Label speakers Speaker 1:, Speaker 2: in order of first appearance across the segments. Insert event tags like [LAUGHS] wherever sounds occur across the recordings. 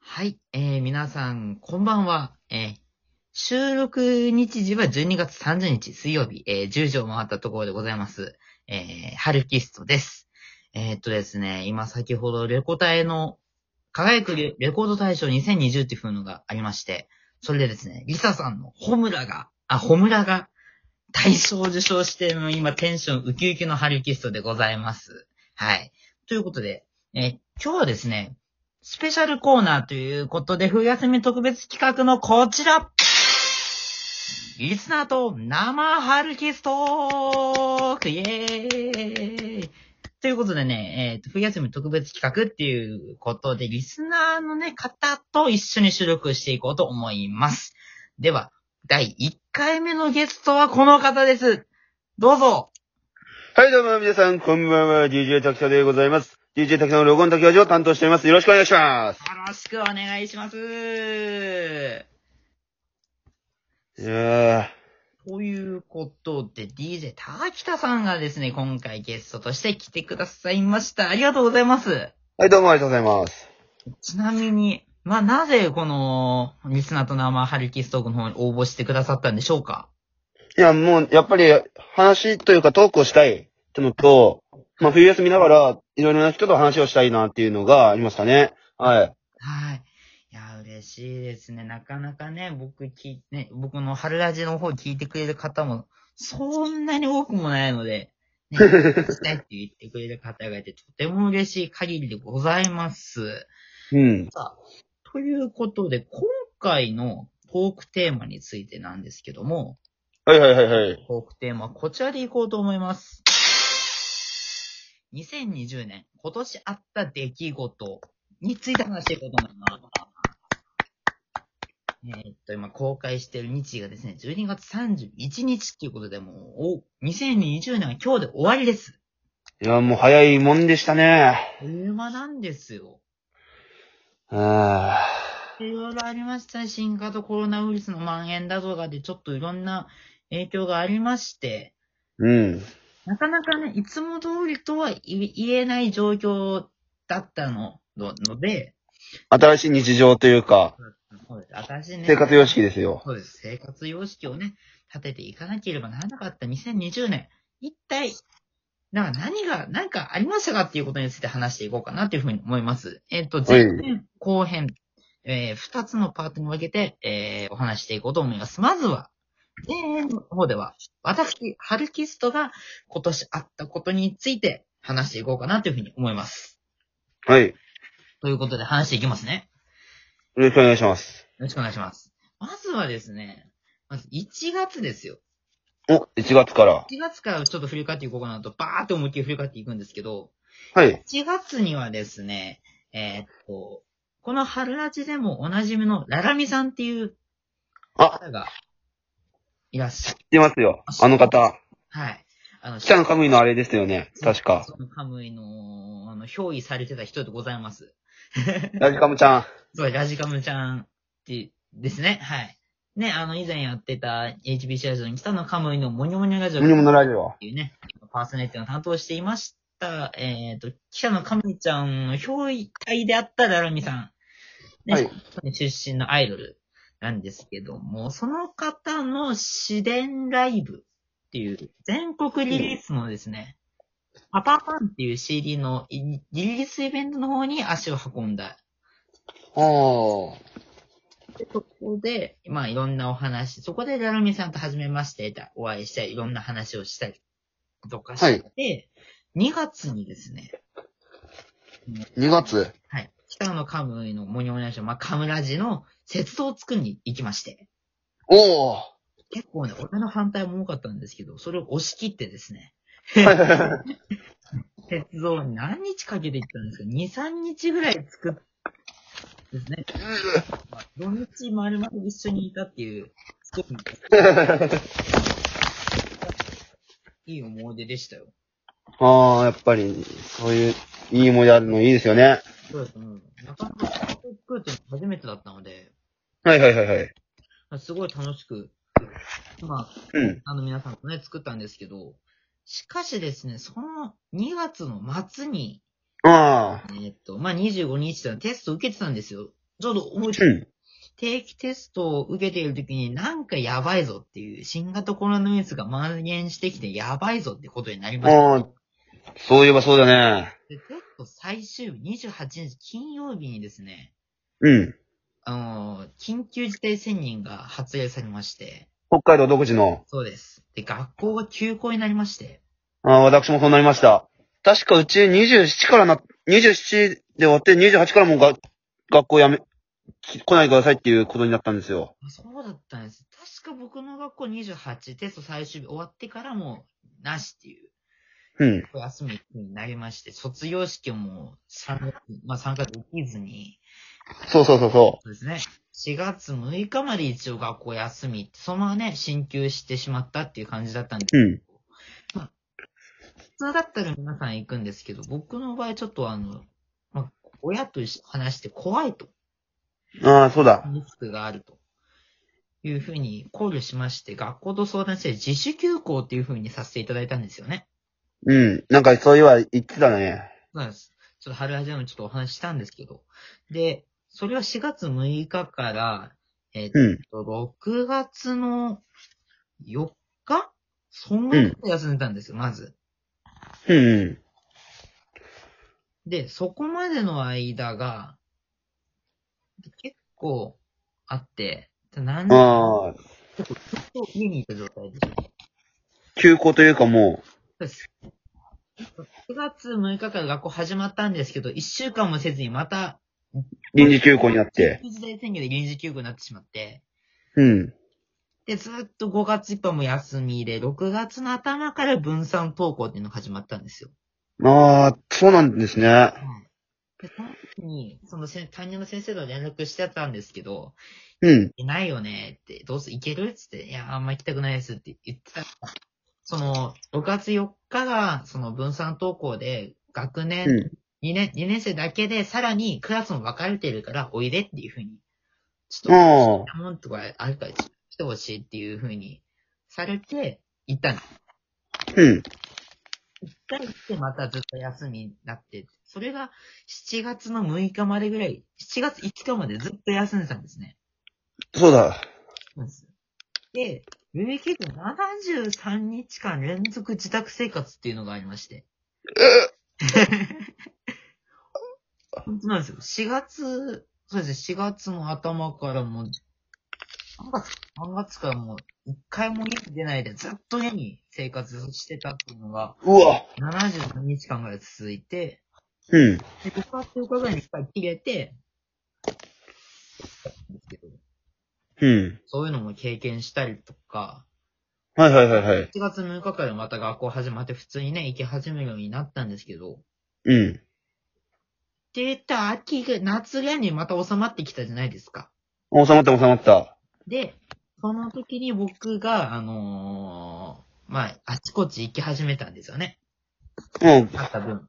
Speaker 1: はい、えー、皆さん、こんばんは。えー、収録日時は12月30日水曜日、えー、10時を回ったところでございます。えー、ハルキストです。えー、っとですね、今先ほどレコ大の輝くレレコード大賞2020っていうのがありまして、それでですね、リサさんのホムラが、あ、ホムラが大賞を受賞して、もう今テンションウキウキのハルキストでございます。はい。ということで、え今日はですね、スペシャルコーナーということで、冬休み特別企画のこちらリスナーと生春キストークイエーイということでね、えっ、ー、と、冬休み特別企画っていうことで、リスナーのね、方と一緒に収録していこうと思います。では、第1回目のゲストはこの方です。どうぞ
Speaker 2: はい、どうも皆さん、こんばんは、DJ 滝田でございます。DJ 滝沢のロゴン滝沢を担当しております。よろしくお願いします。
Speaker 1: よろしくお願いします。
Speaker 2: いや
Speaker 1: ということで、DJ 滝田さんがですね、今回ゲストとして来てくださいました。ありがとうございます。
Speaker 2: はい、どうもありがとうございます。
Speaker 1: ちなみに、まあ、なぜこの、リスナーと生ハルキストークの方に応募してくださったんでしょうか
Speaker 2: いや、もう、やっぱり、話というかトークをしたいってのと、まあ、冬休みながら、いろいろな人と話をしたいなっていうのがありましたね。はい。
Speaker 1: はい。いや、嬉しいですね。なかなかね、僕聞ね、僕の春ラジの方聞いてくれる方も、そんなに多くもないので、 [LAUGHS] ね、したいって言ってくれる方がいて、とても嬉しい限りでございます。
Speaker 2: うん。
Speaker 1: さあ、ということで、今回のトークテーマについてなんですけども、
Speaker 2: はいはいはいはい。
Speaker 1: トークテーマ、こちらでいこうと思います。2020年、今年あった出来事について話していこうと思います。えー、っと、今公開している日がですね、12月31日っていうことで、もう、2020年は今日で終わりです。
Speaker 2: いや、もう早いもんでしたね。
Speaker 1: 車なんですよ。
Speaker 2: あ
Speaker 1: あ。いろいろありました。新型コロナウイルスの蔓延だとかで、ちょっといろんな影響がありまして。
Speaker 2: うん。
Speaker 1: なかなかね、いつも通りとは言えない状況だったのので、
Speaker 2: 新しい日常というか、
Speaker 1: そうです新しい、ね、
Speaker 2: 生活様式ですよ。
Speaker 1: そうです。生活様式をね、立てていかなければならなかった2020年、一体、なんか何が、何かありましたかっていうことについて話していこうかなというふうに思います。えっ、ー、と、前編、後編、えー、二つのパートに分けて、えー、お話していこうと思います。まずは、前編の方では、私、ハルキストが今年あったことについて話していこうかなというふうに思います。
Speaker 2: はい。
Speaker 1: ということで話していきますね。
Speaker 2: よろしくお願いします。
Speaker 1: よろしくお願いします。まずはですね、まず1月ですよ。
Speaker 2: お、1月から。
Speaker 1: 1月からちょっと振り返っていこうかなと、バーって思いっきり振り返っていくんですけど、
Speaker 2: はい。
Speaker 1: 1月にはですね、えー、っと、この春ラジでもおなじみのララミさんっていう方がいらっしゃる。
Speaker 2: 知ってますよ。あの方。
Speaker 1: はい。
Speaker 2: あの、北のカムイのあれですよね。確か。
Speaker 1: 北のカムイの、あの、憑依されてた人でございます。
Speaker 2: ラジカムちゃん。
Speaker 1: そう、ラジカムちゃんって、ですね。はい。ね、あの、以前やってた HBC ラジオに北のカムイのモニョモニョラジオ。
Speaker 2: モニョモニョラジオ。
Speaker 1: っていうね、パーソナリティを担当していました、えっ、ー、と、北のカムイちゃんの憑依会であったララミさん。ね、。
Speaker 2: はい
Speaker 1: 出身のアイドルなんですけども、その方の自伝ライブっていう全国リリースのですね、パパパンっていう CD のリリースイベントの方に足を運んだ。
Speaker 2: ああ。
Speaker 1: そこで、まあいろんなお話、そこでラルミさんと初めましてお会いしていろんな話をしたりとかして、はい、2月にですね。
Speaker 2: 2月
Speaker 1: はい。北野カムイのモニョモニョション、まあ、カムラジの雪道を作りに行きまして。
Speaker 2: おお
Speaker 1: 結構ね、俺の反対も多かったんですけど、それを押し切ってですね。鉄道何日かけて行ったんですか ?2、3日ぐらい作っ、ですね。まあ、土日丸々一緒にいたっていう、すごくいい思い出でしたよ。
Speaker 2: ああ、やっぱり、そういう、いい思い出あるのいいですよね。
Speaker 1: そうです、うん。なかなか来るって初めてだったので。
Speaker 2: はいはいはいはい。
Speaker 1: すごい楽しく、まあ、
Speaker 2: うん、
Speaker 1: あの皆さんとね、作ったんですけど、しかしですね、その2月の末に、
Speaker 2: あ
Speaker 1: えー、っと、まあ25日のテスト受けてたんですよ。ちょうど思いつ
Speaker 2: うん。
Speaker 1: 定期テストを受けている時になんかやばいぞっていう、新型コロナウイルスが蔓延してきてやばいぞってことになりました。
Speaker 2: ああ、そういえばそうだね。
Speaker 1: で、テスト最終日28日金曜日にですね、
Speaker 2: うん。
Speaker 1: あの、緊急事態宣言が発令されまして、
Speaker 2: 北海道独自の。
Speaker 1: そうです。で、学校が休校になりまして、
Speaker 2: ああ、私もそうなりました。確かうち27からな、27で終わって28からもうが学校やめ、き来ないでくださいっていうことになったんですよ。
Speaker 1: あそうだったんです。確か僕の学校28、テスト最終日終わってからも、なしっていう、
Speaker 2: うん。
Speaker 1: 休みになりまして、卒業式も3、まあ参加できずに、
Speaker 2: そうそうそうそ
Speaker 1: そうですね。4月6日まで一応学校休みって、そのままね、進級してしまったっていう感じだったんで、
Speaker 2: う。うん。
Speaker 1: 普通だったら皆さん行くんですけど、僕の場合ちょっとあの、まあ、親と話して怖いと、
Speaker 2: ああ、そうだ。
Speaker 1: リスクがあると。いうふうに考慮しまして、学校と相談して自主休校っていうふうにさせていただいたんですよね。
Speaker 2: うん。なんかそういえば言ってたね。
Speaker 1: そうなんです。ちょっと春初めもちょっとお話ししたんですけど。で、それは4月6日から、えーっと
Speaker 2: うん。
Speaker 1: 6月の4日そんなに休んでたんですよ、まず。
Speaker 2: うんうん。
Speaker 1: で、そこまでの間が、結構あって、何年
Speaker 2: ああ、
Speaker 1: 結構ずっと家にいた状態でした。そ
Speaker 2: 休校というかも
Speaker 1: うです4月6日から学校始まったんですけど、1週間もせずにまた、
Speaker 2: う臨時休校になって。
Speaker 1: 緊急事態宣言で臨時休校になってしまって、
Speaker 2: うん。
Speaker 1: で、ずっと5月いっぱいも休みで、6月の頭から分散登校っていうのが始まったんですよ。
Speaker 2: ああ、そうなんですね。
Speaker 1: で、その時に、そのせ担任の先生と連絡してたんですけど、
Speaker 2: うん。
Speaker 1: いないよねって、どうせ行けるっつって、いや、あんま行きたくないですって言ってたら、その、6月4日が、その分散登校で、学年、
Speaker 2: うん
Speaker 1: 2年、2年生だけで、さらにクラスも分かれてるから、おいでっていうふうに、ちょっと、
Speaker 2: ああ、
Speaker 1: なもんとかあるから、ちょっと来てほしいっていうふうにされて、行ったんです。
Speaker 2: うん。
Speaker 1: 一回行って、またずっと休みになって、それが7月の6日までぐらい、7月5日までずっと休んでたんですね。
Speaker 2: そうだ。
Speaker 1: なんです。で、累計で73日間連続自宅生活っていうのがありまして。本当なんですよ。4月、そうですね、4月の頭からもう、3月、3月からもう、一回も家に出ないでずっと家に生活してたっていうのが、
Speaker 2: うわ。
Speaker 1: 73日間ぐらい続いて、
Speaker 2: うん。
Speaker 1: で、5月4日ぐらいに一回切れて、ですけど
Speaker 2: うん。
Speaker 1: そういうのも経験したりとか、
Speaker 2: はいはいはいはい。
Speaker 1: 7月6日からまた学校始まって普通にね、行き始めるようになったんですけど、っ
Speaker 2: うん。
Speaker 1: て言ったら秋が、夏ぐらいにまた収まってきたじゃないですか。
Speaker 2: 収まった収まった。
Speaker 1: で、その時に僕が、あのーまあ、あちこち行き始めたんですよね。
Speaker 2: うん。
Speaker 1: あった分。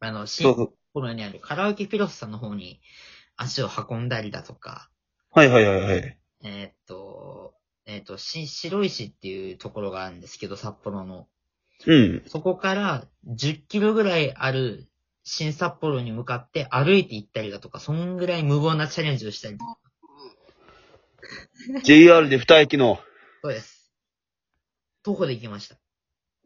Speaker 1: あの、新
Speaker 2: そうそう。
Speaker 1: 頃にあるカラオケピロスさんの方に足を運んだりだとか、
Speaker 2: はいはいはいはい。
Speaker 1: えーっと、えーっと、し、白石っていうところがあるんですけど、札幌の。
Speaker 2: うん。
Speaker 1: そこから10キロぐらいある新札幌に向かって歩いて行ったりだとか、そんぐらい無謀なチャレンジをしたり。
Speaker 2: JR で二駅の。
Speaker 1: そうです。徒歩で行きました。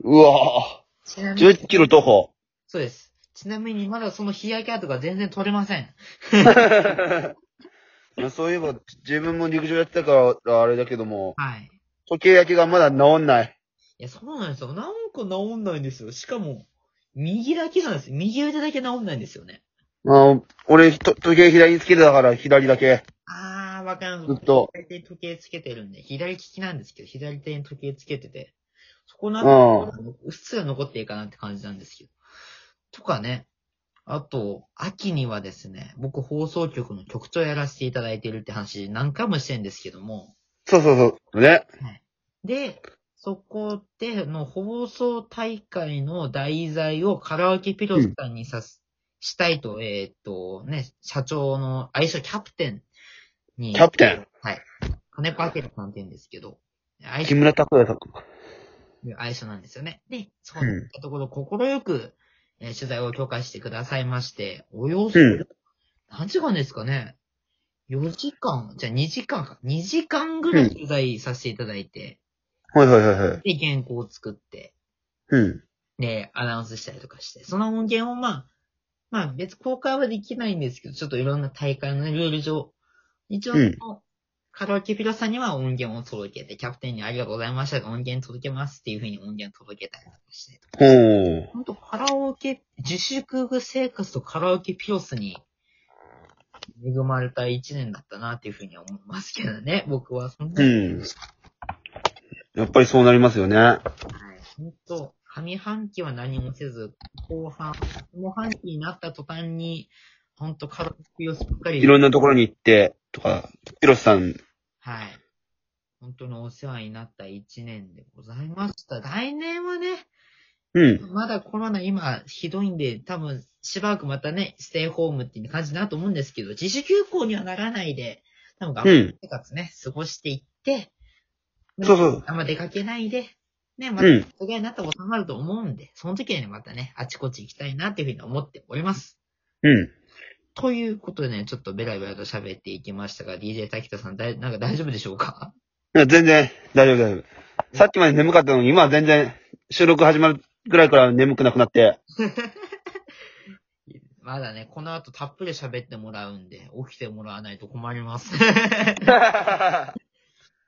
Speaker 2: うわ
Speaker 1: ちな
Speaker 2: ぁ。
Speaker 1: みに、
Speaker 2: 10キロ徒 [LAUGHS] 歩。
Speaker 1: そうです。ちなみにまだその日焼け跡が全然取れません。
Speaker 2: まあそういえば、自分も陸上やってたから、あれだけども、
Speaker 1: はい。
Speaker 2: 時計焼きがまだ治んない。
Speaker 1: いや、そうなんですよ。なんか治んないんですよ。しかも、右だけなんです。右腕だけ治んないんですよね。
Speaker 2: まあ、俺、と時計左につけてたから、左だけ。
Speaker 1: あー、わかる。
Speaker 2: ずっと。
Speaker 1: 左手に時計つけてるんで、左利きなんですけど、左手に時計つけてて、そこ
Speaker 2: う
Speaker 1: なんか
Speaker 2: ん。
Speaker 1: うっすら残っていいかなって感じなんですけど。とかね。あと、秋にはですね、僕放送局の局長やらせていただいてるって話何回もしてるんですけども、
Speaker 2: そうそうそう。ね。
Speaker 1: で、そこでの放送大会の題材をカラオケピロスさんにさす、したいと、えーっとね、社長の愛称キャプテンに、
Speaker 2: キャプテン。
Speaker 1: はい。金子明さんって言うんですけど、愛
Speaker 2: 木
Speaker 1: 称
Speaker 2: 村拓哉さん。
Speaker 1: 愛称なんですよね。で、そううい
Speaker 2: ん
Speaker 1: ったところ、心よく、えー取材を許可してくださいまして、およそ、
Speaker 2: うん
Speaker 1: 何時間ですかね4時間、じゃあ2時間か。2時間ぐらい取材させていただいて、
Speaker 2: はいはいはいはい。
Speaker 1: で、原稿を作って、
Speaker 2: うん。
Speaker 1: で、アナウンスしたりとかして、その音源をまあ、まあ別に公開はできないんですけど、ちょっといろんな大会のルール上、一応、
Speaker 2: うん
Speaker 1: カラオケピロさんには音源を届けて、キャプテンにありがとうございましたが音源届けますっていう風に音源届けたりとかして、
Speaker 2: ほう。
Speaker 1: 本当カラオケ、自粛生活とカラオケピロスに恵まれた一年だったなっていうふうには思いますけどね、僕は。そんな
Speaker 2: う
Speaker 1: はい
Speaker 2: ん。やっぱりそうなりますよね。
Speaker 1: 本当上半期は何もせず、後半、もう半期になった途端に、本当カラオケピロスばっかり
Speaker 2: いろんなところに行って、とか、ヒロシさん。
Speaker 1: はい。本当にお世話になった一年でございました。来年はね、
Speaker 2: うん。
Speaker 1: まだコロナ今ひどいんで、多分しばらくまたね、ステイホームっていう感じだなと思うんですけど、自主休校にはならないで、多分学
Speaker 2: うん
Speaker 1: 生活ね、過ごしていって、
Speaker 2: そうそう。
Speaker 1: あんま出かけないで、ね、また
Speaker 2: うん、
Speaker 1: お互いになったら収まると思うんで、その時はね、またね、あちこち行きたいなっていうふうに思っております。
Speaker 2: うん。
Speaker 1: ということでね、ちょっとベラベラと喋っていきましたが、DJ 滝田さん、だいなんか大丈夫でしょうか [LAUGHS]
Speaker 2: いや、全然、大丈夫大丈夫。さっきまで眠かったのに、今は全然、収録始まるぐらいから眠くなくな [LAUGHS] って。
Speaker 1: まだね、この後たっぷり喋ってもらうんで、起きてもらわないと困ります。 [LAUGHS]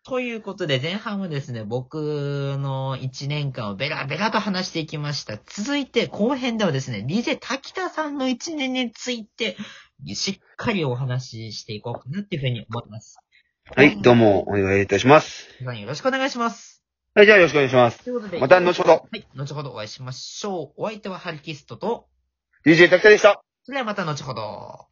Speaker 1: ということで、前半はですね、僕の1年間をベラベラと話していきました。続いて、後編ではですね、DJ 滝田さんの1年について、しっかりお話ししていこうかなっていうふうに思います。
Speaker 2: はい、どうも、お願いいたします。
Speaker 1: 皆さんよろしくお願いします。
Speaker 2: はい、じゃあよろしくお願いします。
Speaker 1: ということで、
Speaker 2: また後ほど、
Speaker 1: はい、後ほどお会いしましょう。お相手はハルキストと、
Speaker 2: DJ 滝田でした。
Speaker 1: それではまた後ほど。